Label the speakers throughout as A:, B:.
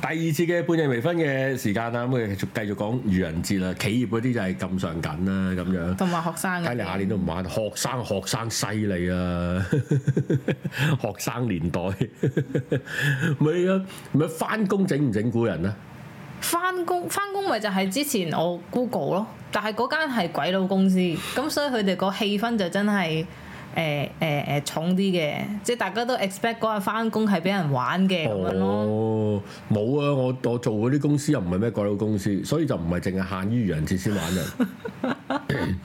A: 二次嘅半夜微醺嘅時間啦，咁我哋繼續繼續講愚人節啦，企業嗰啲就係咁上緊啦，咁樣。
B: 同埋學生嘅
A: 睇嚟下年都唔玩，學生學生犀利啊！ 學生年代， 咪啊咪翻工整唔整蠱人啊？
B: 翻工翻工咪就係之前我 Google 咯，但係嗰間係鬼佬公司，咁所以佢哋個氣氛就真係誒誒誒重啲嘅，即係大家都 expect 嗰日翻工係俾人玩嘅咁樣咯。
A: 哦，冇啊！我我做嗰啲公司又唔係咩鬼佬公司，所以就唔係淨係限於愚人節先玩人。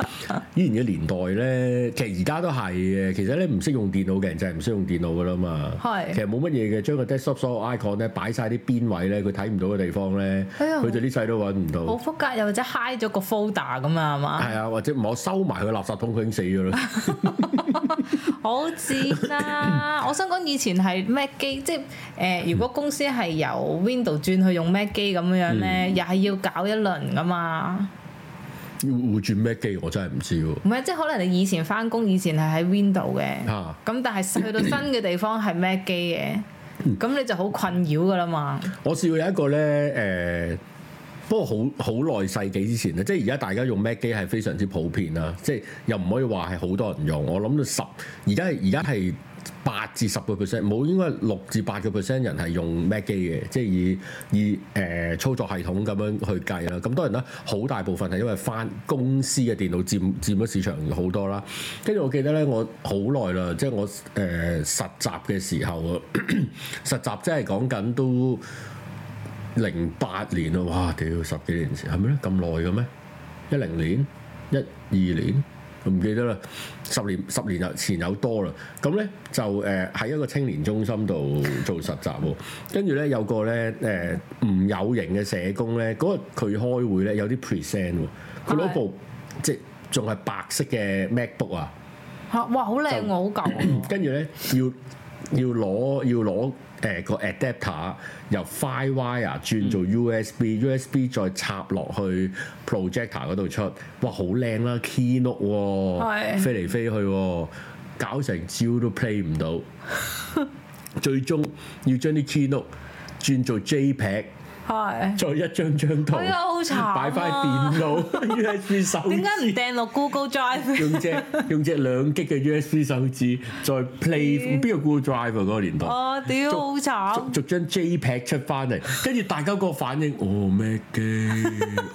A: 依然嘅年代咧，其實而家都係嘅。其實咧唔識用電腦嘅人就係唔識用電腦噶啦嘛。
B: 係
A: 其實冇乜嘢嘅，將個 desktop 所有 icon 咧擺晒啲邊位咧，佢睇唔到嘅地方咧，
B: 哎呀
A: 佢就呢世都揾唔到。
B: 冇覆格又或者 high 咗個 folder 咁啊，係嘛？
A: 係啊，或者唔係我收埋佢垃圾桶，佢已經死咗 啦。
B: 好賤啦！我想講以前係 Mac 機，即係誒、呃如果公司係由 Windows 轉去用 Mac 機咁樣咧，又係要搞一輪噶嘛。
A: 會會轉咩機？我真係唔知喎。
B: 唔係，即係可能你以前翻工，以前係喺 Window 嘅，咁、
A: 啊
B: 但係去到新嘅地方係 Mac 機嘅，
A: 嗯
B: 咁你就好困擾噶啦嘛。
A: 我試過有一個咧，誒、不過好好耐世紀之前咧，即係而家大家用 Mac 機係非常之普遍啦，即係又唔可以話係好多人用。我諗到十，而家而家係八至十個 percent，冇應該係六至八個 percent 人係用 Mac 機嘅，即係以以誒、呃操作系統咁樣去計啦。咁當然啦，好大部分係因為翻公司嘅電腦佔佔咗市場好多啦。跟住我記得咧，我好耐啦，即係我誒、呃、實習嘅時候啊，實習即係講緊都。零八年啊，哇！屌十幾年前係咪咧？咁耐嘅咩？一零年、一二年，我唔記得啦。十年十年有前有多啦。咁咧就誒喺、一個青年中心度做實習喎。跟住咧有個咧誒唔有型嘅社工咧，嗰日佢開會咧有啲 present 喎，佢攞部即係仲係白色嘅 MacBook 啊。
B: 嚇！哇，好靚喎，好舊喎。
A: 跟住咧要要攞要攞誒個 adapter 由 FireWire 轉
B: 嗯
A: 做 USB，USB、再插落去 projector 嗰度出，哇好靚啦，Keynote 喎、
B: 係
A: 飛嚟飛去喎、搞成朝都 play 唔 到，最終要將啲 Keynote 轉做 JPEG，
B: 係
A: 再一張張圖
B: 哎呀好慘啊
A: 擺翻電腦 USB 手
B: 點解唔
A: 指。
B: 掟落 Google Drive？
A: 用 隻用隻兩擊嘅 USB 手指再 play 邊個 Google Drive 啊？嗰個年代，
B: 哦，屌，好
A: 逐
B: 慘！
A: 逐張 JPEG 出翻嚟，跟住大家個反應，哦咩機，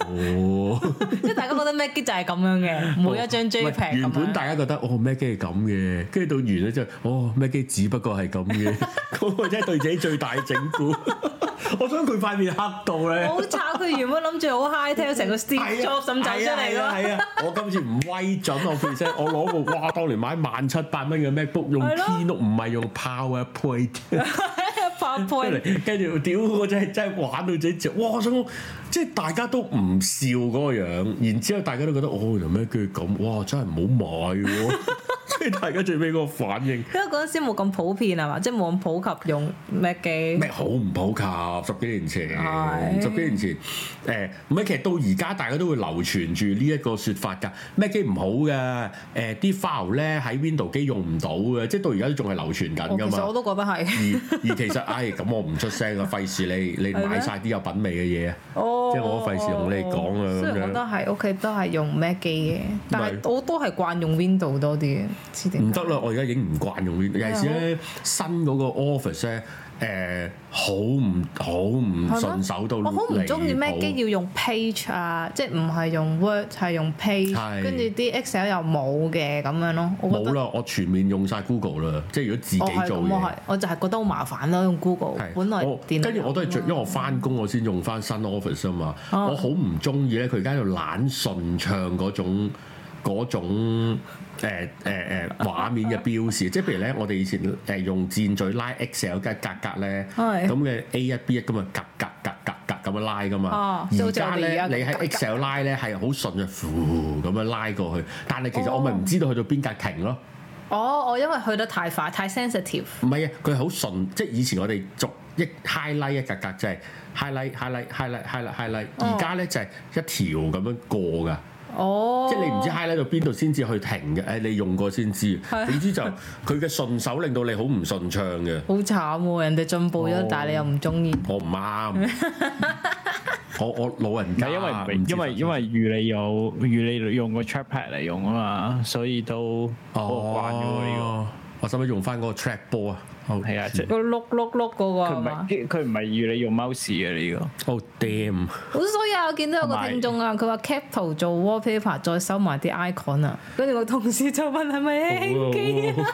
A: 哦，
B: 即係大家覺得 Mac 機就係咁樣嘅，每一張
A: 唔
B: JPEG
A: 係
B: 咁啊
A: 原本
B: 樣。
A: 大家覺得哦咩機係咁嘅，跟住到完咗之後，哦咩機只不過係咁 嘅，嗰個真係對自己最大嘅整蠱。 我想佢塊面黑到咧。
B: 好慘！佢原本諗住好 high tech，成個
A: 啊
B: Steve Jobs 咁走出嚟
A: 係啊
B: 咯。
A: 係 啊，我今次唔威準啊我 present，我攞部哇，當年買萬七百蚊嘅 MacBook 用
B: 係咯
A: Keynote 唔係用 PowerPoint
B: 發
A: 啊出
B: point
A: 嚟，跟住屌我真係真係玩到自己直，哇！我想講即係大家都唔笑嗰個樣，然之後大家都覺得哦，原來 Mac 機咁，哇！真係唔好買喎， 即係大家最尾嗰個反應。
B: 因為嗰陣時冇咁普遍啊係嘛，即係冇咁普及用 Mac 機。
A: 咩好唔普及？十幾年前，
B: 係
A: 十幾年前，誒唔係，其實到而家大家都會流傳住呢一個説法㗎。咩機唔好㗎？誒、啲 file 咧喺 Windows 機用唔到嘅，即係到而家都仲係流傳緊
B: 哦我
A: 㗎
B: 其實我
A: 嘛。嗯
B: 都覺得係。
A: 而而其實，唉、咁我唔出聲啊，費事 你你
B: 係咩
A: 買晒啲有品味嘅嘢啊。
B: 哦，
A: 即係我費事同你講啊
B: 雖
A: 咁樣
B: 然我都係屋企都係用 Mac 機嘅，但係我都係慣用 Window 多啲嘅，知點
A: 唔
B: 解
A: 得啦！我而家已經唔慣用呢，尤其是咧新嗰個 Office 咧，誒、好唔好唔
B: 係咩
A: 順手到
B: 我好唔中意
A: 離譜
B: Mac 機要用 Page 啊，即係唔係用 Word 係用 Page，
A: 係
B: 跟住啲 Excel 又冇嘅咁樣咯。我覺
A: 冇
B: 得
A: 啦，我全面用晒 Google 啦，即係如果自己
B: 我哦係
A: 做
B: 咁，我
A: 嘢
B: 係。我就係覺得好麻煩咯，用 Google
A: 係
B: 本來
A: 我
B: 電腦嗯
A: 跟住我都係最，因為我翻工我先用翻新 Office 啊嘛，
B: 哦
A: 我好唔中意咧，佢而家要懶順暢嗰種嗰種誒誒誒畫面嘅標 示，即係譬如咧，我哋以前誒用箭嘴拉 Excel 跟格格咧，
B: 係
A: 咁嘅 A 一 B 一咁啊，格格格格格咁樣拉噶嘛
B: 哦，
A: 而家
B: 即係
A: 咧
B: 好似我哋而家
A: 你
B: 格格
A: 喺 Excel 拉咧係好順嘅，呼咁樣拉過去，但係其實我咪唔知道去到邊格停咯。
B: 哦，我因為去得太快，太 sensitive。
A: 唔係啊，佢好順，即係以前我哋逐一 highlight 一格格就係 highlight highlight highlight highlight highlight，
B: 哦
A: 而家咧就係一條咁樣過㗎，
B: 哦，
A: 即係你唔知 high 喺到邊度先至去停嘅，誒你用過先知。
B: 係
A: 總之就佢嘅順手令到你好唔順暢嘅，
B: 好慘喎！人哋進步咗，
A: 哦
B: 但係你又唔中意。
A: 我唔 啱，我我老人
C: 唔
A: 家
C: 係因為
A: 唔知
C: 因為因為預你有預你用個 trackpad 嚟用啊嘛，所以都我慣咗喎呢
A: 哦，我使唔使用翻嗰個 track ball 啊？
C: 個係啊，即係
B: 個碌碌碌嗰個
C: 佢
B: 係
C: 唔
B: 嘛？
C: 係佢唔係預你用 mouse 嘅呢個。
A: 哦 damn！
B: 好衰啊！我見到有個
C: 同埋
B: 聽眾啊，佢話 cap 圖做 wallpaper 再收埋啲 icon 啊，跟住個同事就問係咪輕機啊？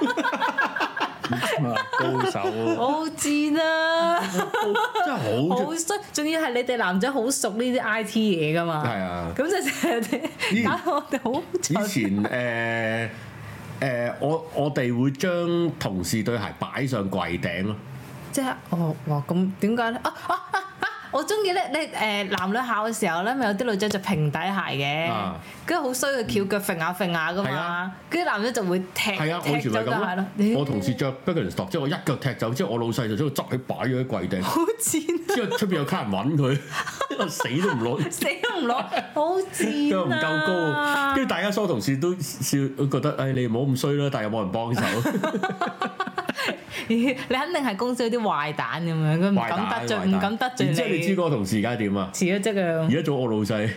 C: 哇高手喎
B: 好賤啊！
A: 真係好
B: 好衰，仲要係你哋男仔好熟呢啲 IT 嘢噶嘛？
A: 係啊
B: 咁就成
A: 咦
B: 日搞到我哋好
A: 以
B: 蠢。
A: 前誒誒、呃呃我我哋會將同事對鞋擺上櫃頂咯。
B: 即係哦，哇！咁點解咧？啊啊啊啊！我中意咧，你誒、呃男女校嘅時候咧，咪有啲女仔着平底鞋嘅
A: 啊，
B: 跟住好衰嘅翹腳揈下揈下噶
A: 係
B: 嘛
A: 啊，
B: 跟住男仔就會踢
A: 係啊，
B: 踢
A: 我以前咪
B: 走架
A: 咁
B: 鞋咯
A: 咯。。我同事着 Birkenstock，即係我一腳踢走，之後我老細就將個執起擺咗喺櫃頂，
B: 好賤啊！
A: 之後出邊有卡人揾佢， 我死都唔攞，
B: 死 都唔攞，好賤
A: 腳
B: 啊！
A: 唔夠高，跟住大家所有同事都笑，都覺得誒、唉你唔好咁衰啦，但係有冇人幫手？
B: 你肯定係公司有啲壞蛋咁樣，佢唔
A: 壞蛋
B: 敢得罪，
A: 壞蛋
B: 唔敢得罪
A: 然之後你知嗰個同事而家點啊？
B: 辭咗職啊
A: 而！家做我老細，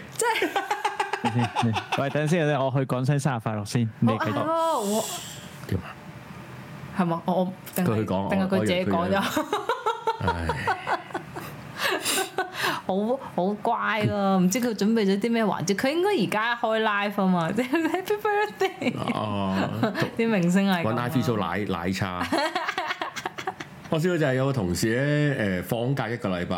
C: 喂，等陣先，等陣我去講聲生日快樂先，你
B: 我
C: 繼
B: 係
C: 續。
B: 喎，我
A: 點啊？
B: 係嘛？我我定
A: 佢
B: 係
A: 講我
B: 定係佢自己
A: 我
B: 講
A: 以為
B: 咗
A: 佢，唉，
B: 好好乖咯。唔知佢準備咗啲咩環節？佢應該而家開 live 啊嘛，即 係 Happy Birthday
A: 哦。
B: 啲明星係咁
A: 揾
B: 啊
A: IV 做奶奶茶。 我知道就係有個同事咧，誒、放假一個禮拜，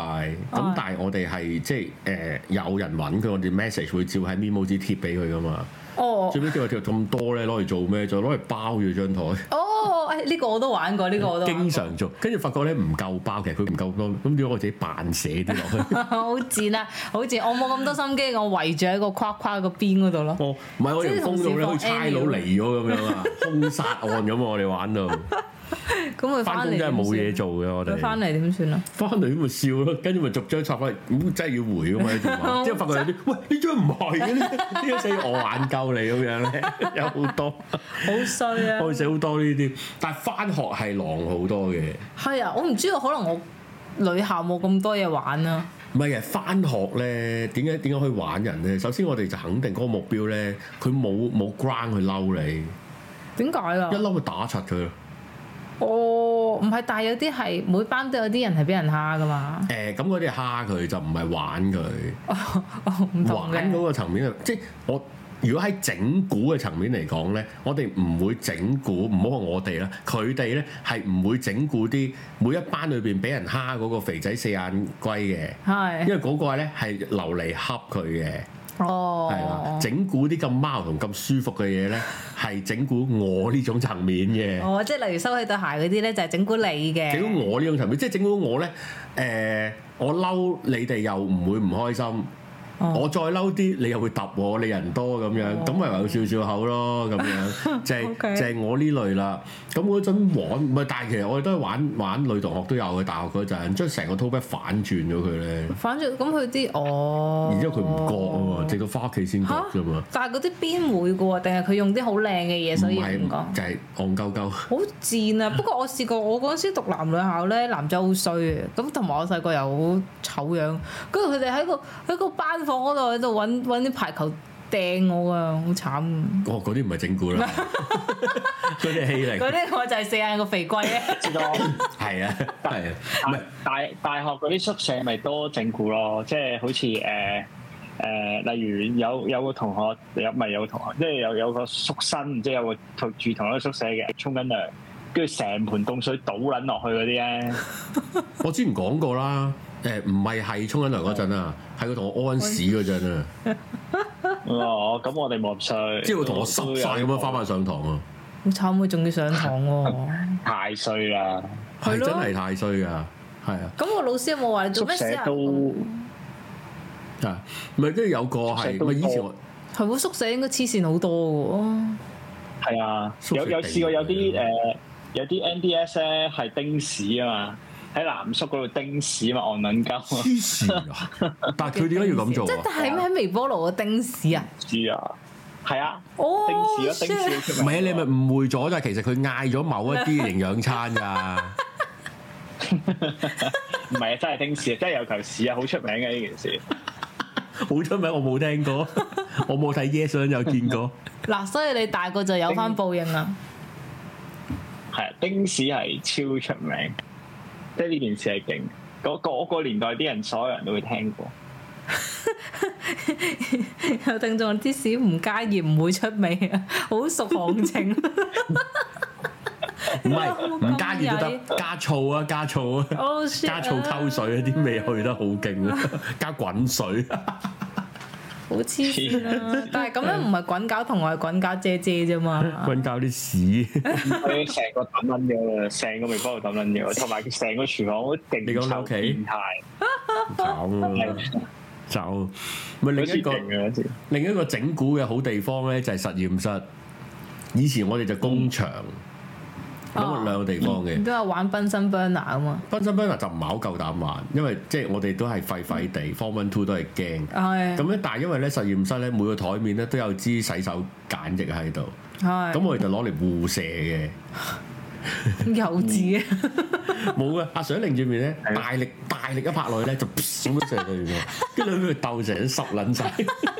A: 咁
B: 哦
A: 但係我哋係即係誒、有人揾佢，我哋 message 會照喺 memo 紙貼俾佢噶嘛。
B: 哦
A: 最尾叫佢貼咁多咧，攞嚟做咩？就攞嚟包住張台，
B: 哦，誒呢個我都玩過，呢個我都玩過
A: 經常做。跟住發覺咧唔夠包，其實佢唔夠多，咁點解我自己扮寫啲 落去？
B: 好賤啊！好賤，我冇咁多心機，我圍住喺個框框個邊嗰度咯。
A: 我唔係我條風度咧，好似差佬嚟咗咁樣啊，兇殺案咁啊 我哋玩到
B: 咁佢
A: 翻
B: 翻
A: 工
B: 嚟
A: 真係
B: 點
A: 冇嘢
B: 算
A: 做啊嘅我
B: 佢
A: 哋
B: 翻。嚟點算啊？
A: 翻嚟咁咪笑咯，跟住咪逐張插翻嚟，咁真係要回噶嘛呢啲話，之後發覺有啲，喂呢張唔係嘅，呢呢張寫我眼鳩你咁樣咧，有好多，
B: 好衰啊！
A: 我哋寫好多呢啲，但係翻學係狼好多嘅，
B: 係啊，我唔知道，可能我女校冇咁多嘢玩啊。
A: 唔係嘅翻學咧，點解點解可以玩人咧？首先我哋就肯定嗰個目標咧，佢冇冇 ground 去嬲你，
B: 點解啊
A: 一？嬲佢打柒佢咯。
B: 哦，唔係，但係有啲係每班都有啲人係俾人蝦噶嘛。
A: 誒咁嗰啲係蝦佢就唔係玩佢。
B: 哦，唔同
A: 玩嗰
B: 嘅。
A: 個層面啊，即係我如果喺整蠱嘅層面嚟講咧，我哋唔會整蠱，唔好話我哋啦，佢哋咧係唔會整蠱啲每一班裏邊俾人蝦嗰個肥仔四眼龜嘅，因
B: 係。
A: 為嗰個咧係流嚟恰佢嘅，係啦
B: 哦。，
A: 整蠱啲咁貓同咁舒服嘅嘢咧，係整蠱我呢種層面嘅。
B: 哦，即係例如收起對鞋嗰啲咧，就係整蠱你嘅。
A: 整蠱我呢種層面，即係整蠱我咧，誒、我嬲你哋又唔會唔開心，
B: 哦
A: 我再嬲啲你又會揼我，你人多咁樣，咁咪有笑笑口咯，咁 樣就係、
B: OK
A: 就係我呢類啦。咁嗰陣玩，唔係，但係其實我哋都係玩玩女同學都有嘅，大學嗰陣將成個 t o p i 反轉咗佢咧，
B: 反正咁佢啲哦。
A: 然之後佢唔覺啊嘛，直到翻屋企先覺
B: 嚇
A: 啫嘛，
B: 但係嗰啲邊會嘅喎？定係佢用啲好靚嘅嘢，
A: 唔
B: 所以唔講。
A: 係就係戇鳩鳩。
B: 好賤啊！不過我試過，我嗰陣時讀男女校咧，男仔好衰嘅，咁同埋我細個又好醜樣，跟住佢哋喺個喺個班房嗰度喺度揾揾啲排球掟我啊，好慘！
A: 哦，嗰啲唔係整 蠱啦，嗰啲係欺凌，
B: 嗰啲我就係四眼個肥龜啊咧，
C: 知道
A: 係啊，係啊，唔係。
C: 大大學嗰啲宿舍咪多整蠱咯，即係好似誒誒，例如有有個同學有咪有個同學，即係有有個宿生，唔知有個同住同一個宿舍嘅，沖緊涼，跟住成盆凍水倒撚落去嗰啲咧，
A: 我之前講過啦，誒唔係係沖緊涼嗰陣啊，係佢同我屙緊屎嗰陣啊，
C: 哦，咁我哋冇咁衰，
A: 即係佢同我濕晒咁樣翻返上堂啊，
B: 好慘！佢仲要上堂 喎。
C: 太衰啦，
B: 係
A: 係
B: 咯
A: 真係太衰㗎，係啊，
B: 咁我老師有冇話你做
C: 宿
B: 咩事
C: 舍
B: 啊？
C: 都
A: 啊，唔係跟住有個係，唔係以前我
B: 係喎，宿舍應該黐線好多嘅
C: 係啊，
A: 宿舍
C: 呃有有試過有啲誒有啲 NDS 咧係丁屎啊嘛。喺南宿嗰度丁屎嘛，按撚 鳩啊，
A: 黐線啊！ 但係佢點解要咁做
B: 即係
A: 啊？
B: 但係咩喺微波爐嘅丁屎啊？
C: 知啊，係啊，
B: 哦
C: 丁屎
B: shit
C: 咯，丁屎
A: 唔係啊你咪誤會咗，就係其實佢嗌咗某一啲營養餐 㗎。
C: 唔係啊，真係丁屎啊，真係有嚿屎啊，好出名嘅呢件事。
A: 好出名，我冇聽 過，我冇睇 Yes 相有見過。
B: 嗱，所以你大個就有翻報應啦。
C: 係啊，丁屎係超出名，即係呢件事係勁。嗰個嗰個年代啲人，所有人都會聽過。
B: 有聽眾啲屎唔加鹽唔會出味啊， 好熟 行情。
A: 唔係 唔加熱都得，加醋啊，加醋啊，
B: 哦 shit
A: 加醋溝水啊，啲味去得好勁啊， 加滾水。啊
B: 好黐 線啊！但係咁樣唔係滾搞同我係滾搞姐姐 啫嘛。
A: 滾教啲屎，
C: 佢成個抌撚咗啦，成個微波爐抌撚 咗，同埋成個廚房好
A: 你
C: 勁
A: 講你
C: 臭
A: 屋企
C: 變態，
A: 慘啊！
C: 係
A: 走，咪
C: 好
A: 另
C: 似
A: 一個
C: 勁啊嘅好似。
A: 另一個整蠱嘅好地方咧，就係實驗室。以前我哋就工場，咁啊
B: 哦
A: 兩個地方嘅。
B: 都有玩賓身 burner 啊嘛。
A: 賓森 b u r n e r 就唔係好夠膽玩，因為即係我哋都係廢廢地，Form One Two 都係驚。
B: 係
A: 咁咧，但係因為咧實驗室咧每個台面咧都有支洗手梘液喺度，
B: 係。
A: 咁我哋就攞嚟互射嘅，
B: 咁幼稚啊！
A: 冇嘅。阿 Sir 擰住面咧，
C: 係
A: 大力大力一拍落去咧，就咁樣射到面喎，跟住兩邊鬥成濕撚晒，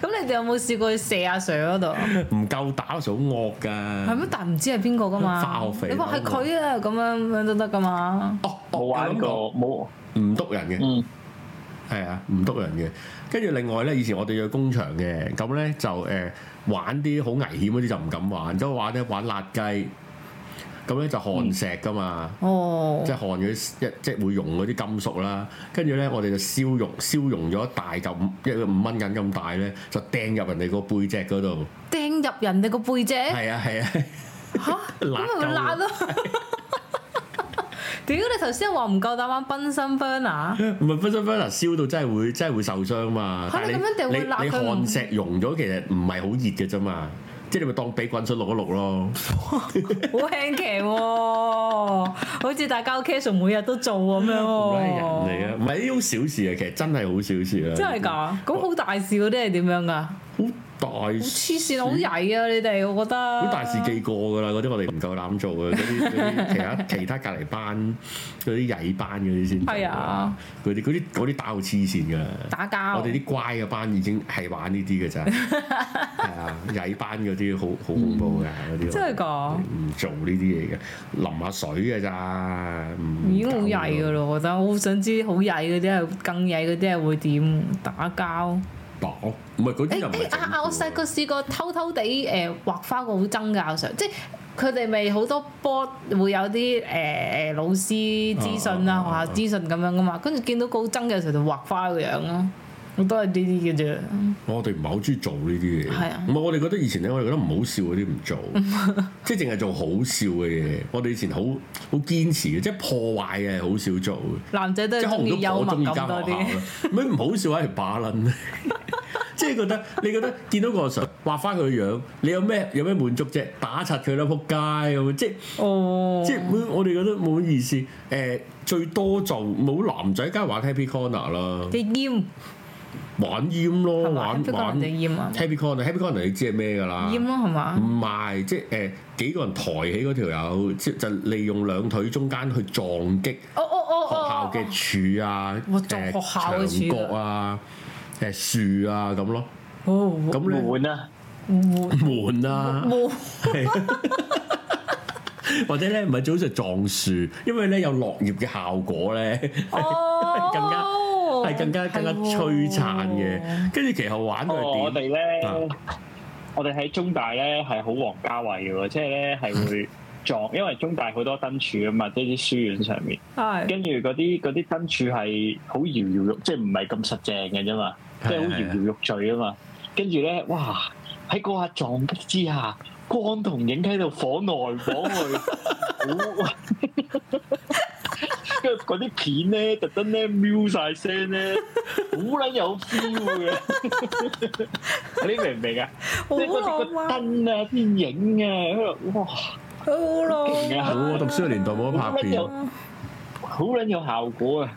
B: 咁你哋有冇試過去射阿 Sir 嗰度？
A: 唔夠打就好惡
B: 係
A: 㗎。
B: 咩？但唔知係邊個噶嘛？
A: 化學肥
B: 你話係
A: 佬
B: 佢啊，咁樣咁樣都得噶嘛？
A: 哦，哦
C: 冇玩，過，冇，
A: 有諗過唔篤人嘅，
C: 嗯，
A: 係啊，唔篤人嘅。跟住另外咧，以前我哋有工場嘅，咁咧就誒、呃玩啲好危險嗰啲就唔敢玩，即係玩咧玩辣雞，咁咧就焊石㗎嘛。
B: 哦
A: 即，係焊嗰啲一即係會溶嗰啲金屬啦，跟住咧我哋就燒溶燒溶咗一大嚿五一個五蚊銀咁大咧，就掟入人哋個背脊嗰度。
B: 掟入人哋個背脊。
A: 係啊係啊，
B: 嚇，
A: 辣
B: 咁咪
A: 鳩
B: 辣咯！ 屌你頭先話唔夠膽玩奔身 burner，啊
A: 唔係 b u r n b u r n 燒到真係會真係會受傷嘛。
B: 嚇
A: 但
B: 你咁樣
A: 係
B: 掟
A: 你
B: 會
A: 你
B: 辣
A: 你
B: 佢唔
A: 焊石溶咗其實唔係好熱嘅啫嘛，即係你咪當俾滾水淥一淥咯。
B: 好輕騎喎，好似大家 casual 每日都做咁樣
A: 唔
B: 喎。
A: 係人嚟嘅，唔係呢啲好小事啊，其實真係好小事啊。
B: 真係㗎？咁好大事嗰啲係點樣㗎？好
A: 好大事
B: 黐線，好曳啊！你哋，我覺得。
A: 好大事記過㗎啦，嗰啲我哋唔夠膽做嘅，嗰啲嗰 啲其他其他隔離班嗰啲曳班嗰啲先做㗎
B: 係啊，
A: 嗰啲嗰啲嗰啲打到黐線㗎。
B: 打交。
A: 我哋啲乖嘅班已經係玩呢啲嘅 咋，係啊，曳班嗰啲好好恐怖㗎，嗰啲我哋
B: 真係㗎
A: 唔做呢啲嘢嘅，淋下水㗎咋，唔
B: 已經好曳㗎
A: 咯，
B: 咯，我覺得。我好想知好曳嗰啲係更曳嗰啲係會點打交。
A: 打哦唔係嗰啲
B: 誒
A: 又唔係
B: 誒
A: 整
B: 啊啊！我細
A: 蠱
B: 個試過偷偷地誒、呃畫花個好憎㗎，我想即係佢哋咪好多 board 會有啲誒誒老師資訊啦、
A: 啊啊啊
B: 學校資訊咁樣噶嘛，跟住見到個好憎嘅時候就畫花個樣咯，我都係呢啲嘅啫。
A: 我哋唔係好中意做呢啲嘢，
B: 係啊
A: 唔係我哋覺得以前咧，我哋覺得唔好笑嗰啲唔做， 即係淨係做好笑嘅嘢。我哋以前好好堅持嘅，即係破壞嘅係好少做嘅，
B: 男仔都
A: 即係
B: 係
A: 可
B: 中
A: 能
B: 意
A: 都
B: 幽
A: 我
B: 默
A: 中意間
B: 感
A: 學校
B: 多
A: 啦
B: 啲，，
A: 咩唔好笑啊係把撚，即係覺得你覺得見到個 Sir 畫翻佢個樣，你有咩有咩滿足啫？打柒佢啦，撲街咁樣，即係。
B: 哦，
A: 即係冇我哋覺得冇乜意思。誒、最多就冇男仔梗係玩 Happy Corner 啦，
B: 你閹
A: 玩閹咯，
B: 係嘛
A: 玩
B: ？Happy
A: 玩
B: Corner 定閹啊？
A: Happy Corner，Happy Corner 你知係咩㗎啦？
B: 閹咯係嘛？
A: 唔係，即係誒、幾個人抬起嗰條友，即就利用兩腿中間去撞擊學
B: 哦哦哦
A: 校
B: 哦哦，
A: 嘅柱啊、
B: 哇撞學校嘅柱啊
A: 牆角啊、誒樹啊咁咯，
B: 哦
A: 咁咧
C: 滿啊，
B: 冇
A: 門 啊，
B: 冇
A: 或者咧唔係最好就撞樹，因為咧有落葉嘅效果咧。
B: 哦，
A: 更加係更加更加摧殘嘅，跟住其後玩到
C: 哦，我
A: 係點？
C: 哋咧
A: 啊，
C: 我哋喺中大咧係好王家衞嘅喎，即係咧係會撞，因為中大好多燈柱啊嘛，即係啲書院上面，
B: 係。
C: 跟住嗰啲嗰啲燈柱係好搖搖欲，即係唔係咁實正嘅啫嘛，即係好搖搖欲墜啊嘛，跟住咧，哇！喺嗰下撞擊之下，光同影喺度晃來晃去，好。跟住嗰啲片咧，特登咧瞄晒聲咧，好撚有 feel 嘅。你明唔明啊？
B: 好
C: 即係嗰啲
B: 浪
C: 個
B: 漫，
C: 燈啊，啲影啊，喺度哇！
B: 好
C: 勁啊
B: 咯，
A: 哦我讀書嘅年代冇得拍片，
C: 有好撚有效果啊！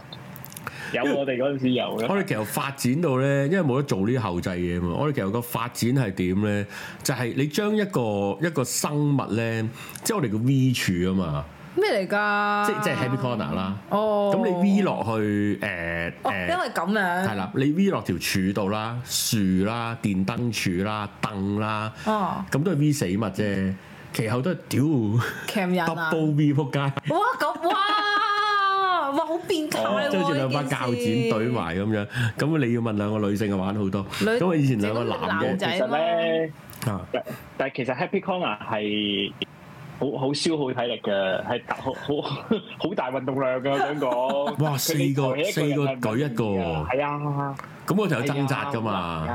C: 有我哋嗰陣時有嘅，
A: 我哋其實發展到咧，因為冇得做呢啲後製嘢嘛。我哋其實個發展係點咧？就係、你將一個一個生物咧，即係我哋叫 V 柱啊嘛，
B: 咩嚟㗎？
A: 即即係 Happy Corner 啦。
B: 啊哦，
A: 咁你 V 落去誒
B: 哦，因
A: 誒，
B: 為咁樣
A: 係啦，你 V 落條柱度啦，樹啦、電燈柱啦、凳啦，
B: 哦
A: 咁都係 V 死物啫。其後都係屌
B: ，cam 人啊，
A: double V 撲街。
B: 哇咁哇哇好變態喎！
A: 哦即係好似兩把
B: 呢件
A: 鉸
B: 事
A: 剪對， 埋咁樣，咁你要問兩個女性嘅玩好多，
B: 女
A: 咁啊以前兩個男
B: 男
A: 嘅
B: 仔
C: 其實咧，
A: 啊，
C: 但但其實 Happy Corner 係好好消耗體力嘅，係大好好 好大運動量嘅。我想 講，
A: 哇四個
C: 佢哋
A: 四個
C: 抬
A: 舉
C: 一
A: 一個
C: 個人係唔易㗎係啊，
A: 咁我就有掙扎噶
C: 係
A: 嘛，
C: 啊，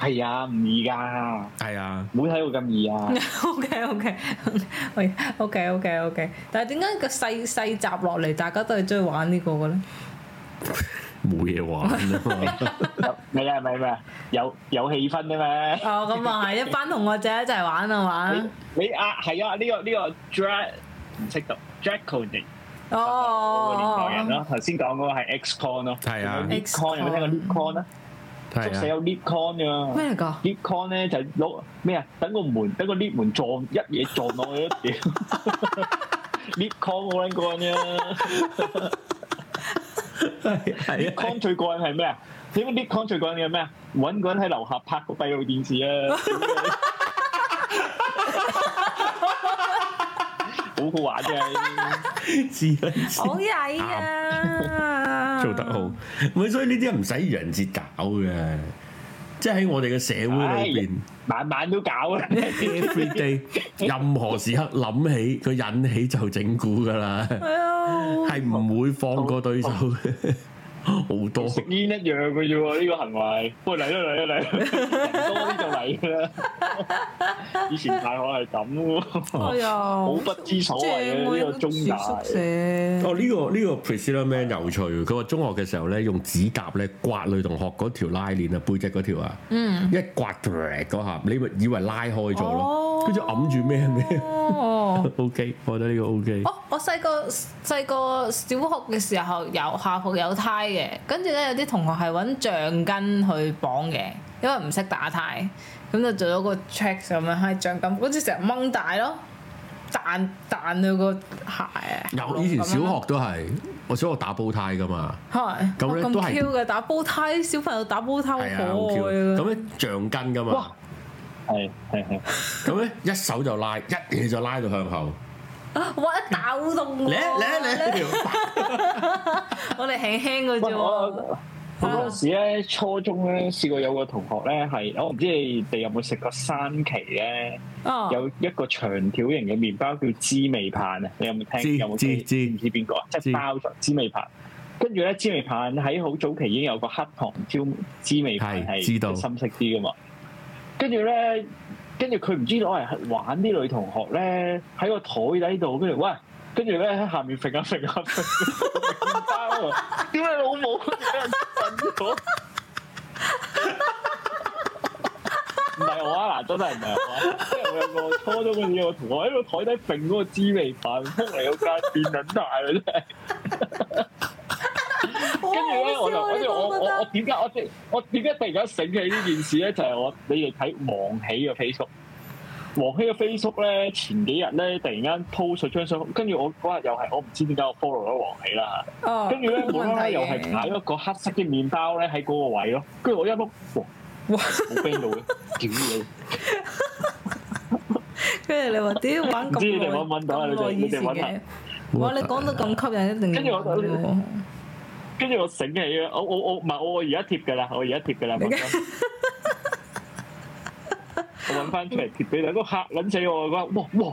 C: 係啊，唔易㗎，
B: 哎
A: 係啊，
C: 冇睇到咁 易啊。
B: O K O K，喂，O K O K O K，但係點解個細細集落嚟，大家都係中意玩呢個嘅咧？
A: 冇嘢玩啊 嘛，
C: 有咪啊咪咪有有氣氛嘅咩？
B: 哦，咁啊，係一班同學仔一齊玩啊嘛，
C: 你你啊係啊呢個呢個 drag 唔識讀 draconic
B: 哦
C: 嗰個年代人
B: 哦
C: 咯，頭先講嗰個係 xcon 咯，
A: 係啊
C: xcon 有冇聽過 leapcon 啊？宿舍
A: 係啊，
C: 有 leapcon
B: 哦，
C: 噶
B: 咩嚟㗎？
C: ，leapcon 咧就攞咩啊？等個門等個 lift 門撞一嘢撞落去咯，屌 leapcon 好撚過癮啊
A: 係啊，
C: ！leapcon 最過癮係咩啊？點解 leapcon 最過癮嘅咩啊？揾個人喺樓下拍個閉路電視啊！ 好好玩啫！
A: 知啦知
B: 好曳啊！
A: 做得好，咪所以呢啲唔使愚人節搞嘅，即係喺我哋嘅社
B: 哎
A: 會裏邊。
C: 晚晚都搞啊 啦，
A: every day 任何時刻諗起佢引起就整蠱噶 啦，
B: 係啊，
A: 係唔會放過對手嘅，好多
C: 食煙一樣嘅啫喎，呢個行為。喂嚟啦嚟啦嚟啦，人多啲就嚟㗎啦。以前大學係咁喎，
B: 哎呀，好
C: 好不知所
A: 啊
B: 正
C: 謂嘅
B: 喎
C: 呢個中大
B: 宿舍
A: 哦，呢、個呢、個 Priscilla Man 有趣喎，佢話中學嘅時候咧，用指甲咧刮女同學嗰條拉鏈啊，背脊嗰條啊，
B: 嗯，
A: 一刮嗰下，你咪以為拉開咗咯
B: 哦，
A: 跟住揞住咩咩
B: 哦。
A: ，OK，我覺得呢個 OK，
B: 哦，我細個細個小學嘅時候有校服有呔嘅，跟住咧有啲同學係揾橡筋去綁嘅，因為唔識打呔，咁就做咗個 check 咁樣，係橡筋，好似成日掹大咯，彈彈到個鞋啊！
A: 有以前小學都係，我小學打煲呔噶嘛。
B: 係
A: 咁咧
B: 哦
A: 都係
B: 咁 Q 嘅打煲呔，小朋友打煲呔哦好可愛
A: 係啊，好 Q！
B: 啊！
A: 咁咧橡筋噶嘛
C: 哇，係係係，
A: 咁咧一手就拉，一嘢就拉到向
B: 哦
A: 後，
B: 啊哇！一打好痛
A: 嚟
B: 喎
A: 啊嚟啊嚟啊條
B: 我哋輕輕嘅啫
C: 喂
B: 喎，
C: 我我嗰陣時咧，初中咧試過有個同學咧係，我唔知你哋有冇食過山崎咧，
B: 啊
C: 有一個長條形嘅麵包叫芝味棒啊，你有冇
A: 知
C: 聽？有冇
A: 知
C: 記
A: 知
C: 唔知邊個啊？
A: 知
C: 即係包咗芝味棒。跟住咧，芝味棒喺好早期已經有個黑糖椒芝味棒
A: 係
C: 係
A: 知道
C: 深色啲噶嘛。跟住咧，跟住佢唔知攞嚟玩啲女同學咧，喺個台底度，跟住喂，跟住咧喺下面揈下揈下揈麵包啊！屌你老母，跟住俾人震咗。唔係我啊，嗱真係唔係我啊，即係我有個初中嗰陣時有個同學喺個台底揈嗰個滋味飯，出嚟有間變撚大啊真係。
B: 跟
C: 跟住咧，我就跟住我我我點解我即我點解突然間醒起呢件事咧？就係、我你哋睇黃喜嘅 Facebook，黃喜嘅 Facebook 咧前幾日咧突然間 po 咗張相，跟住我嗰日又係我唔知點解我 follow 咗黃喜啦，
B: 哦嗯
C: 跟住咧
B: 冇
C: 無啦
B: 問
C: 啦
B: 題
C: 又
B: 嘅
C: 係買咗個黑色嘅麵包咧喺嗰個位咯，跟住我一碌，哇，
B: 哇
C: 冇 friend 到嘅，屌你！
B: 跟住你話屌玩咁
C: 唔知你
B: 耐，
C: 哋揾唔揾到啊
B: 咁
C: 你哋
B: 耐以
C: 你哋
B: 前
C: 揾
B: 嘅
C: 下，
B: 哇！你講到咁吸引，一定
C: 跟住
B: 要
C: 我
B: 玩
C: 就
B: 喎。
C: 跟住我醒起啊！我我我唔係我我而家貼㗎啦，我而家貼㗎啦，
B: 你
C: 文章 我揾翻出嚟貼俾你，個嚇撚死我！我話哇哇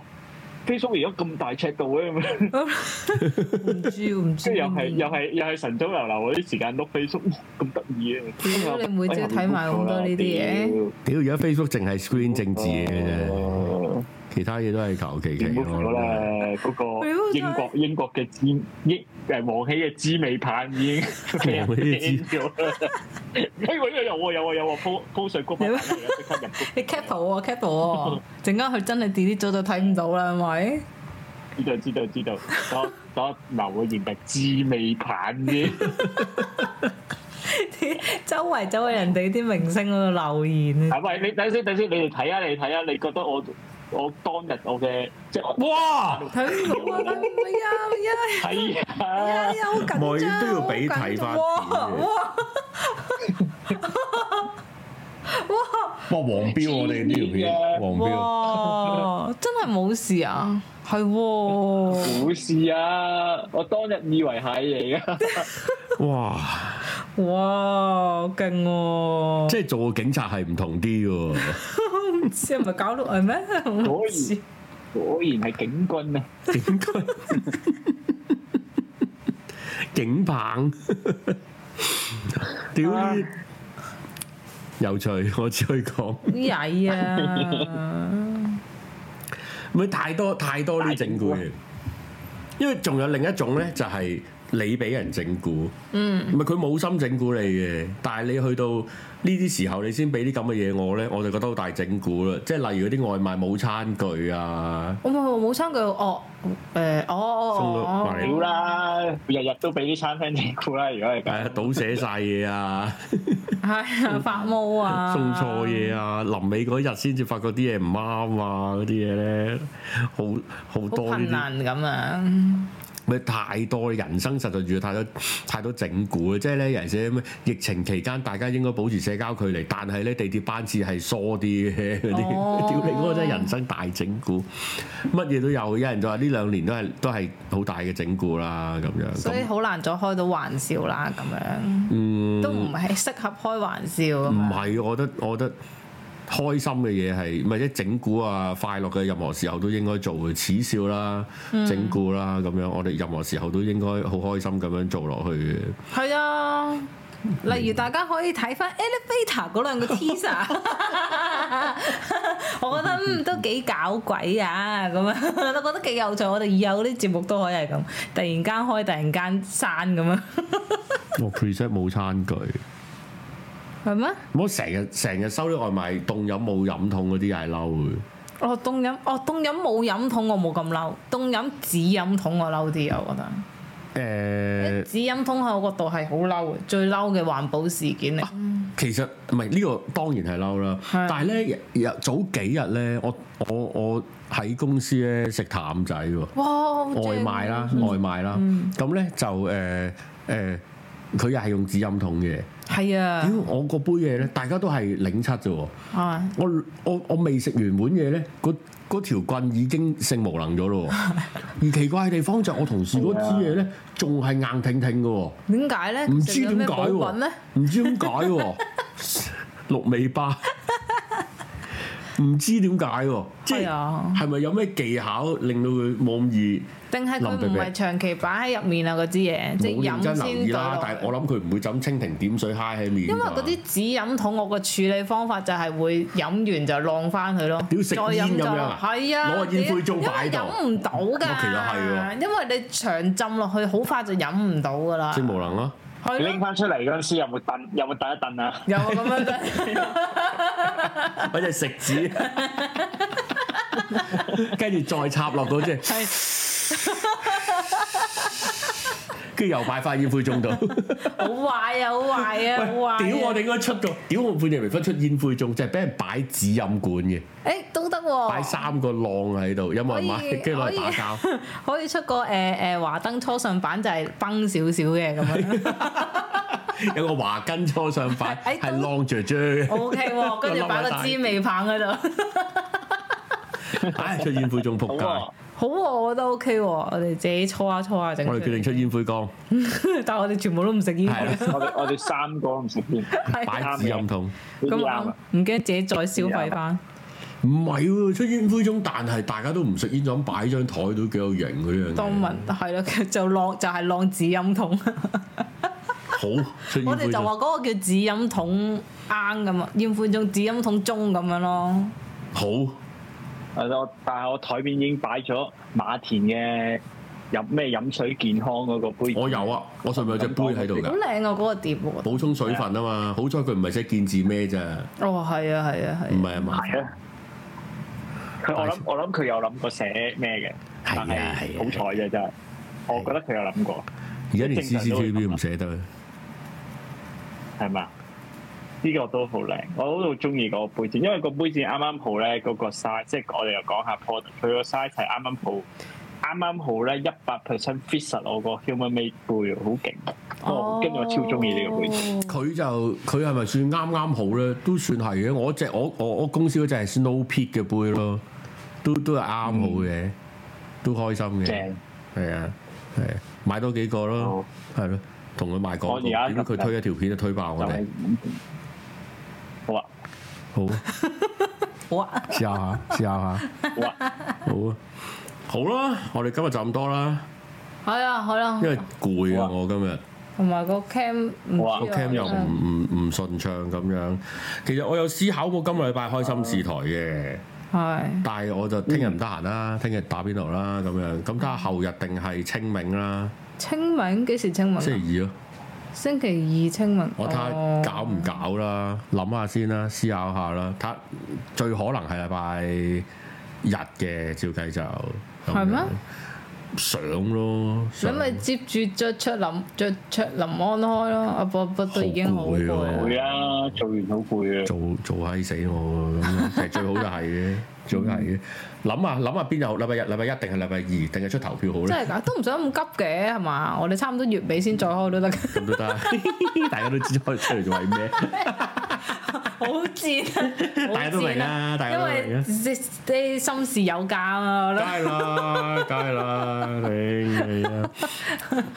C: ，Facebook 而家咁大尺度嘅咁 樣，
B: 唔知唔知。
C: 跟住又係又係又係晨早流流嗰啲時間碌 Facebook，哇咁得意啊！
B: 屌你每朝
C: 哎
B: 睇埋咁多呢啲嘢
C: 哦
A: 屌而家 Facebook 淨係 screen 政治嘢嘅啫，
C: 嘢，
A: 其他嘢都係求其其
C: 唔好
A: 咯
C: 咗。啦，嗰個
B: 係咯真係
C: 英國英國嘅知英誒王喜嘅知味棒已經俾 人
A: 王喜嘅知
C: ban 咗啦。 哎喂，有喎有喎有喎，鋪鋪水谷物
B: 你咩
C: 即刻入谷，
B: 你 cap 到喎，cap 到喎，陣間佢真係 delete 咗就睇唔到啦，係 咪？
C: 知道知道知道，等我等我留個言係知味棒 先。
B: 周圍周圍人哋啲明星嗰度留言啊，
C: 係喂，你等先等先，你哋睇下你哋睇下，你覺得我我當日我嘅即係我
A: 哇！
B: 睇唔到啊，睇唔到呀呀
C: 係
B: 呀
C: 啊，
B: 呀，好緊張，
A: 咪都要俾
B: 好緊
A: 睇
B: 張
A: 返
B: 哇
A: 片嘅
B: 哇
A: 哇！黃標我哋呢條片，黃標
B: 哇！真係冇事啊，係喎，
C: 冇事啊，我當日以為係嚟噶。
A: 哇！
B: 哇，勁喎！
A: 即係做個警察係唔同啲嘅
B: 唔知係咪搞到係咩？我唔知
C: 果然係警棍啊！
A: 喎，警棍 警棒， 屌呢啲有趣，我只可以講，
B: 好曳啊！
A: 咪太多太多啲整蠱嘅，因為仲有另一種咧，就係你俾人整蠱。
B: 嗯，
A: 唔係佢冇心整蠱你嘅，但係你去到呢啲時候，你先俾啲咁嘅嘢我咧，我就覺得好大整蠱啦。即係例如嗰啲外賣冇餐具啊，
B: 我冇冇生佢哦誒哦
A: 送到
B: 哦
A: 埋嚟
C: 屌啦，日日都俾啲餐廳整蠱啦，如果
A: 誒、
C: 係咁。
A: 倒瀉晒嘢啊，
B: 係啊發毛啊，
A: 送錯嘢啊，臨尾嗰日先至發覺啲嘢唔啱啊，嗰啲嘢咧，好好
B: 好
A: 多
B: 困
A: 呢
B: 難咁樣。
A: 啲，咪太多人生實在遇到太多太多整蠱啦。即係咧，尤其是咩疫情期間，大家應該保持社交距離，但係咧地鐵班次係疏啲嘅嗰啲，
B: 哦
A: 屌你嗰個真係人生大整蠱。乜嘢都有，有人就話呢兩年都係都係好大嘅整蠱啦，咁樣。
B: 所以
A: 咁
B: 好難再開到玩笑啦，咁樣、
A: 嗯，
B: 都唔係適合開玩笑啊咁
A: 唔
B: 樣。
A: 係，我覺得我覺得開心嘅嘢係，唔係即係整蠱啊，快樂嘅任何時候都應該做嘅，恥笑啦、整蠱啦咁樣，我哋任何時候都應該好開心咁樣做落去嘅。
B: 係啊，例如大家可以睇翻 elevator 嗰兩個 teaser，我覺得嗯都幾搞鬼啊，咁樣 都覺得幾有趣。我哋以後啲節目都可以係咁，突然間開，突然間閂咁樣，
A: 我 preset 冇餐具，
B: 係咩？
A: 我成日成日收啲外賣凍飲冇飲筒嗰啲又係嬲嘅。
B: 哦，凍飲，哦凍飲冇飲筒我冇咁嬲，凍飲紙飲筒我嬲啲，啊我覺得。
A: 誒、
B: 紙飲筒喺我角度係好嬲嘅，最嬲嘅環保事件嚟。
A: 啊其實唔係呢個當然係嬲啦，
B: 係
A: 但係咧有早幾日咧，我我我喺公司咧食淡仔喎。
B: 哇！好正
A: 外賣啦，外賣啦，
B: 嗯
A: 咁咧就誒誒，呃呃佢又係用紙飲筒嘅。
B: 係啊
A: 屌，，我個杯嘢咧，大家都係零七啫喎。
B: 啊，
A: 我我我未食完碗嘢咧，嗰嗰條棍已經性無能咗 咯喎。而奇怪嘅地方就係我同事嗰支嘢咧，仲係硬挺挺嘅喎。
B: 點解咧？
A: 唔知
B: 啊食咗
A: 點
B: 咩
A: 解
B: 補
A: 喎
B: 品咩？，
A: 唔知點解喎， 綠尾巴，唔知點解喎，即係
B: 係啊
A: 係咪有咩技巧令到佢冇咁易？
B: 定係佢
A: 林
B: 唔
A: 伯伯
B: 係長期擺喺入面啊？嗰支嘢即
A: 冇
B: 係
A: 認真留
B: 飲先
A: 意啦
B: 對，
A: 但係我諗佢唔會就咁蜻蜓點水嗨喺面㗎。
B: 因為嗰啲紙飲筒，我個處理方法就係會飲完就晾翻佢咯，
A: 屌食
B: 再
A: 煙
B: 飲
A: 咁
B: 就
A: 樣啊
B: 係啊，
A: 攞個煙灰盅擺喺度
B: 因為飲唔到
A: 哇其實係
B: 㗎，因為你長浸落去，好快就飲唔到㗎啦，
A: 性無能 咯，
B: 係
C: 你
B: 咯
C: 拎翻出嚟嗰陣時有冇燉？有冇燉一燉啊？
B: 有咁樣 嘅，
A: 或者食指，跟住再插落嗰隻，
B: 係
A: 跟住又擺翻煙灰 盅度。
B: 好壞啊，好壞啊，好壞啊！
A: 喂，屌我哋應該出個，屌我半夜微分出煙灰盅，就係俾人擺紙飲管嘅，
B: 誒都得喎，
A: 擺三個浪喺度，有冇人買？跟住攞嚟打交。
B: 可以出個誒誒華燈初上版就係崩少少嘅咁樣
A: 有個華根初上擺，
B: 哎
A: 係
B: 都
A: 浪姐姐，
B: ，OK 喎，跟住擺個滋味棒喺度，
A: 唉，出煙灰盅仆
C: 好
A: 街。
C: 啊，
B: 好喎，我覺得 OK 喎，我哋自己搓下搓下整。
A: 我哋決定出，煙灰缸，
B: 但係我哋全部都唔食煙，
A: 係啦啊
C: 我哋我哋三個唔食煙，呢
B: 係
A: 擺
B: 啊
A: 紙飲筒。
C: 啲
B: 咁
C: 啱
B: 啱
C: 啊！，
B: 唔驚自己再消
A: 啊
B: 費翻，
A: 唔係喎，出煙灰盅，但係大家都唔食煙，就咁擺張台都幾有型嗰樣嘢。
B: 當文係咯， 就浪就係浪紙飲筒，
A: 好出煙
B: 我
A: 灰
B: 哋就話
A: 盅，
B: 嗰個叫紙飲筒啱咁啊，煙灰盅紙飲筒鐘咁樣咯，
A: 好
C: 誒我但係我台面已經擺咗馬田嘅飲咩飲水健康嗰個杯，
A: 我有啊，我上面有隻杯喺度
B: 好
A: 㗎，
B: 靚啊嗰個碟喎。
A: 補充水分啊嘛。好彩佢唔係寫見字咩咋，
B: 哦，係啊，係啊，
A: 唔
B: 係
A: 係
B: 啊。
A: 啊嘛。
C: 係啊。佢我諗我諗佢有諗過寫咩嘅，
A: 係啊
C: 但係
A: 係啊
C: 好彩啫真係，我覺得佢有諗過，
A: 而家連
C: 正常都會
A: CCTV 都唔寫得，
C: 係嘛？呢個都好靚，我好中意嗰個杯墊，因為個杯墊啱啱好咧，嗰個 size，即係我哋又講下 product，佢個 size 係啱啱好，啱啱好咧一百 percent fit 實我個 human made 杯喎，好勁！
A: 哦
C: 我跟住我超中意呢個杯墊，
B: 哦
A: 佢就佢係咪算啱啱好咧？都算係嘅。我只我我我公司嗰隻係 Snow Peak 嘅杯咯，都都係啱好嘅，都開心嘅。
C: 正。
A: 係啊，係啊買多幾個咯，
C: 好
A: 係咯，同佢賣廣告，
C: 哦我而家
A: 點解佢推一條片就推爆我
C: 就係
A: 哋？
C: 好啊，
A: 好，
B: 好啊，
A: 試下下，試下下，
C: 好啊，
A: 好啊，好啦，我哋今日就咁多啦，
B: 係啊，好啦
A: 因。為攰啊，
C: 好啊
A: 我今日。
B: 同埋個 cam 唔
C: 好啊
A: 個
B: 知啊
A: cam 又唔唔唔順暢咁樣，其實我有思考過今個禮拜開心視台嘅，
B: 係
A: 但係我就聽日唔得閒
C: 嗯
A: 啦，聽日打邊爐啦咁樣，咁睇下後日定係清明啦，
B: 清明幾時清明啊？
A: 星期二咯，
B: 星期二清明。
A: 我睇
B: 哦
A: 下搞唔搞啦，諗下先啦，思考下啦，睇下最可能係禮拜日嘅，照計就咁樣
B: 係咩？
A: 上咯，
B: 你
A: 上
B: 咪接住着出林着出林安開咯，阿
A: 啊
B: 波波都已經好攰
A: 好攰
B: 啦
A: 啊。
C: 攰啊，做完好攰啊，
A: 做做閪死我咁樣，其實最好就係 嘅，最好就係嘅。諗下諗下邊有禮拜日、禮拜一定係禮拜二，定係出投票好
B: 真
A: 咧？
B: 係㗎，都唔想咁急嘅係嘛？我哋差唔多月尾先再開都得㗎，
A: 咁都得， 大家都知開出嚟做係咩，
B: 好賤啊！
A: 大家都明啦，大家
B: 因
A: 都明啊
B: 為
A: 啦。
B: 即即心事有價啊！我覺
A: 梗
B: 得
A: 係啦，梗係啦，你你啊，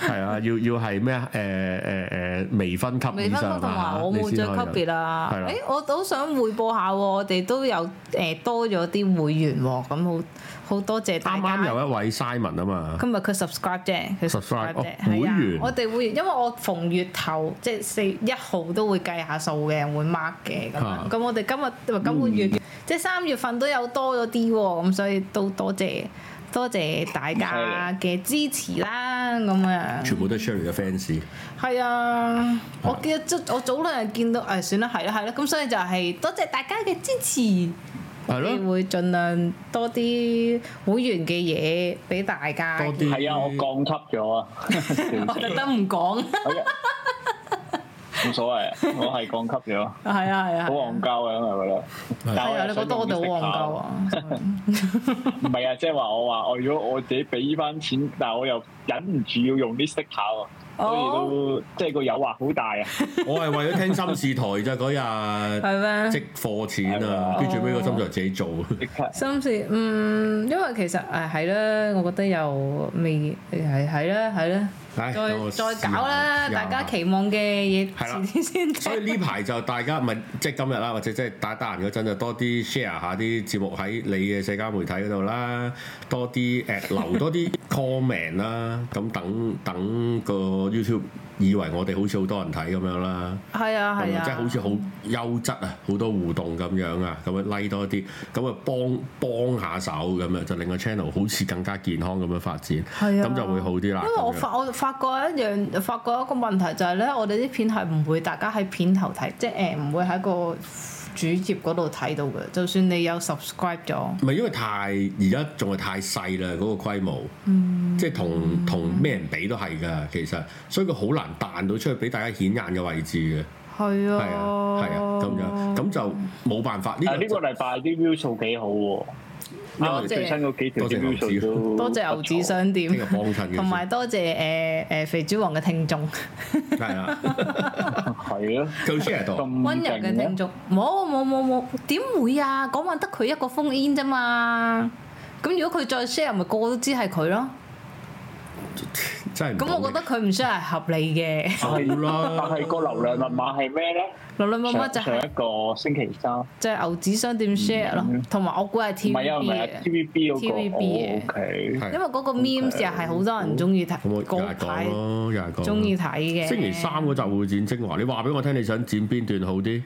A: 係啊，要要係咩啊？誒誒誒，微分級
B: 未
A: 以
B: 分
A: 上
B: 工同
A: 啊
B: 埋我冇
A: 你
B: 再
A: 先可以
B: 級別啦。
A: 係啦
B: 誒，我都想匯報下喎，我哋都有誒多咗啲會員喎，咁好好多謝大
A: 啱
B: 家
A: 啱。有一位 Simon 啊嘛，
B: 今日佢 subscribe 啫，佢
A: subscribe，哦
B: 啫，係啊
A: 會員
B: 我哋會員，因為我逢月頭即係四一號都會計下數嘅，會 mark 嘅咁
A: 啊
B: 樣。咁我哋今日唔係今個月
A: 嗯
B: 即係三月份都有多咗啲喎，咁所以都多謝多謝大家
A: 啊
B: 嘅支持啦，咁樣
A: 全部都係 Sherry 嘅 fans。
B: 係啊！我記得即我早兩日見到，誒、算啦，係啦，係啦，咁所以就係多謝大家嘅支持。
A: 係咯
B: 我哋會盡量多啲會員嘅嘢俾大家
A: 多
B: 嘅。
A: 啲
C: 係啊，我降級咗啊，
B: 我特登唔講，
C: 係啊冇所謂，啊我係降級咗。
B: 係啊係啊，
C: 好戇鳩啊，因為我覺得。但
B: 係啊，你覺得我哋好戇鳩
C: 啊？
B: 啊？
C: 唔係啊，即係話我話我如果我自己俾翻錢，但係我又忍唔住要用啲色卡
B: 哦
C: 喎，所以都即係個誘惑好大啊！
A: 我係為咗聽心事台咋嗰日。
B: 係咩？
A: 積貨錢啊，跟住最尾個心就自己做。
C: 即刻
B: 心事嗯，因為其實誒係啦，我覺得又未係係啦係啦，
A: 唉
B: 再
A: 等我試下
B: 再搞啦，
A: 試下
B: 大家期望嘅嘢
A: 係啦
B: 遲啲先
A: 所以
B: 睇。
A: 呢排就大家咪即係今日啦，或者即係打得閒嗰陣就多啲 share 下啲節目喺你嘅社交媒體嗰度啦，多啲誒、留多啲 comment 啦，咁等等個 YouTube 以為我哋好似好多人睇咁樣啦。
B: 係啊係
A: 咁
B: 啊，
A: 即係好似好優質啊，好多互動咁樣啊，咁樣 like 多啲，咁啊幫幫下手咁樣，就令個 channel 好似更加健康咁樣發展，
B: 係啊
A: 咁就會好啲啦。
B: 因為我
A: 咁樣
B: 發我發覺一樣，發覺一個問題就係咧，我哋啲片係唔會大家喺片頭睇，即係誒唔會喺個主頁嗰度睇到嘅。就算你有 subscribe 咗，
A: 唔係因為太而家仲係太細啦，嗰、個規模，
B: 嗯
A: 即係同同咩人比都係㗎，其實，所以佢好難彈到出去俾大家顯眼嘅位置
B: 係
A: 嘅，
B: 啊
A: 係啊，係啊，咁樣，咁就冇辦法呢、個
C: 但係啊呢個
A: 就。
C: 禮拜啲 view 數幾好喎，因為最新嗰幾條啲 view 數都
B: 哦多謝牛子商店
A: 聽日幫襯嘅，
B: 同埋多謝誒誒肥豬王嘅聽眾，
C: 嗯
A: 係啊，
C: 係啊，
A: 佢 share 到，
C: 咁
B: 温柔嘅聽
C: 眾，
B: 眾，冇冇冇冇，點會啊？嗰晚得佢一個封 in 啫嘛。咁如果佢再 share，咪個個都知係佢咯。
A: 真係唔
B: 咁我覺得佢唔 share 係合理嘅。
C: 但係
A: 好啦
C: 但係個流量密碼係咩咧？
B: 老老乜乜
C: 上
B: 就
C: 上
B: 係
C: 一個星期三，唔
B: 就係牛子商店 share 咯，同埋我估係
C: 係啊，唔
B: TVB 嘅，
C: 係啊，TVB 嗰個哦
B: TVB 嘅
C: O K，
A: 係啊
B: 因為嗰個 memes 又係好多人中意睇
A: 咁我，又
B: 嗰
A: 係講
B: 排
A: 咯，又係講。
B: 中意睇嘅。
A: 星期三嗰集會剪精華，你話俾我聽你想剪邊段好啲？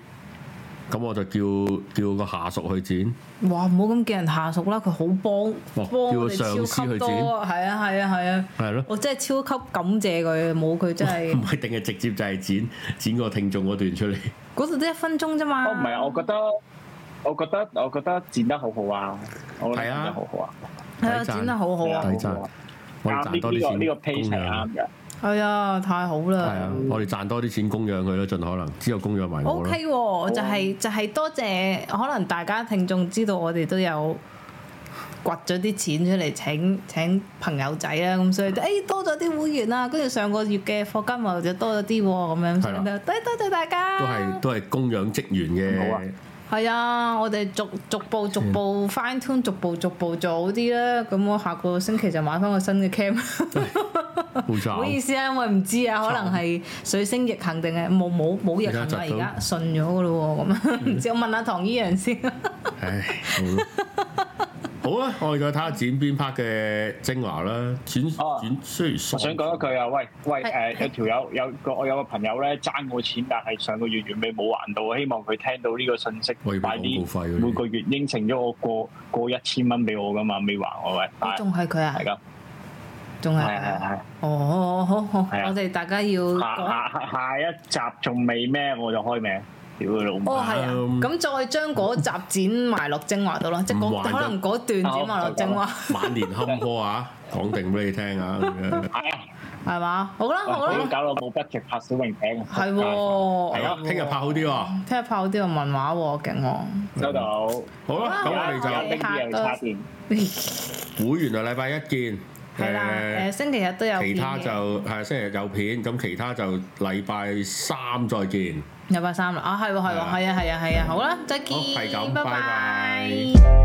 A: 咁我就叫叫個下屬去剪，
B: 哇！唔好咁叫人下屬啦，佢好幫
A: 哦
B: 幫我哋
A: 叫個上司
B: 超級
A: 去
B: 多，
A: 剪
B: 係啊係啊係啊！
A: 係咯，
B: 我真係超級感謝佢，冇佢真 係
A: 唔係定係直接就係剪剪個聽眾嗰段出嚟。
B: 嗰度都一分鐘啫嘛。
C: 哦，唔係啊，我覺得，我覺得，我覺得剪得好好啊，我覺得
A: 係啊
C: 剪得好好啊，
B: 係啊，
A: 抵讚
B: 剪得好好
C: 係
B: 啊
C: 啊，
A: 抵讚
C: 好好啊
A: 我哋
C: 啱呢
A: 賺多
C: 呢
A: 啲
C: 個
A: 錢
C: 呢個
A: 供
C: page 係
A: 養
C: 啱嘅，
B: 係啊，太好
A: 係
B: 啦
A: 啊，。我哋賺多啲錢供養佢咯，盡可能之後供養埋我
B: O
A: 咯。
B: K
C: 啊
B: 喎，就係就係多謝，可能大家聽眾知道我哋都有掘咗啲錢出嚟請請朋友仔啦，咁所以誒、哎多咗啲會員啦，跟住上個月嘅課金啊又就多咗啲喎，咁樣所以
A: 係啦
B: 都多多謝大家。
A: 都係都係供養職員
C: 好啊
A: 嘅，
B: 係啊，我哋逐逐步
A: 嗯
B: 逐步 fine tune，逐步逐步做好啲啦。咁我下個星期就買翻個新嘅 cam。
A: 冇
B: 唔好意
A: 錯。
B: 思啊，因為唔知啊，可能係水星逆行定係冇冇冇逆行
A: 而
B: 啦，
A: 家窒
B: 而
A: 到
B: 家順咗噶咯喎，咁啊
A: 嗯
B: 唔知我問下唐依陽先。
A: 唉，好好啊，我哋再睇下剪邊 part 嘅精華啦。剪
C: 哦
A: 剪雖然
C: 我
A: 爽
C: 想講一句啊，喂喂
B: 係
C: 誒，有條友有個我有個朋友咧爭我錢，但係上個月月尾冇還到，希望佢聽到呢個信息，
A: 我要俾
C: 快
A: 廣告費嗰
C: 啲
A: 啲
C: 每個月應承咗我過過一千蚊俾我噶嘛，未還我喂，係
B: 仲係佢啊
C: 係？咁，
B: 仲係啊
C: 係係係。
B: 哦，好好，
C: 係啊
B: 我哋大家要
C: 下
B: 講。
C: 下下一集仲未咩，我就開名，屌佢老母！
B: 哦，係啊，
A: 嗯
B: 咁再將嗰集剪埋落精華度咯，即係
A: 唔
B: 嗰
A: 還就
B: 可能嗰段剪埋落精華，
A: 晚年坎坷啊，講定俾你聽啊。咁樣
C: 係啊，
B: 係嘛？好啦，好
C: 喂
B: 啦
C: 屌，搞到冇筆直拍小明艇，
B: 係
A: 係啊，
B: 喎。
A: 聽日拍好啲喎。
B: 聽日拍好啲個文話喎，勁 喎。
C: 收到。
A: 好啦，咁
B: 好啊
A: 我
B: 好啊
A: 哋
C: 拎啲嘢嚟插電，
A: 就會員就啊禮拜一見。
B: 係啦，誒
A: 誒，
B: 星期日都有
A: 其
B: 片
A: 他
B: 嘅
A: 就係星期日有片，咁其他就禮拜三再見。
B: 啊有八三啦，啊係喎係喎係啊係啊係啊，好啦，再見
A: 好係，咁
B: 拜
A: 拜
B: 拜
A: 拜。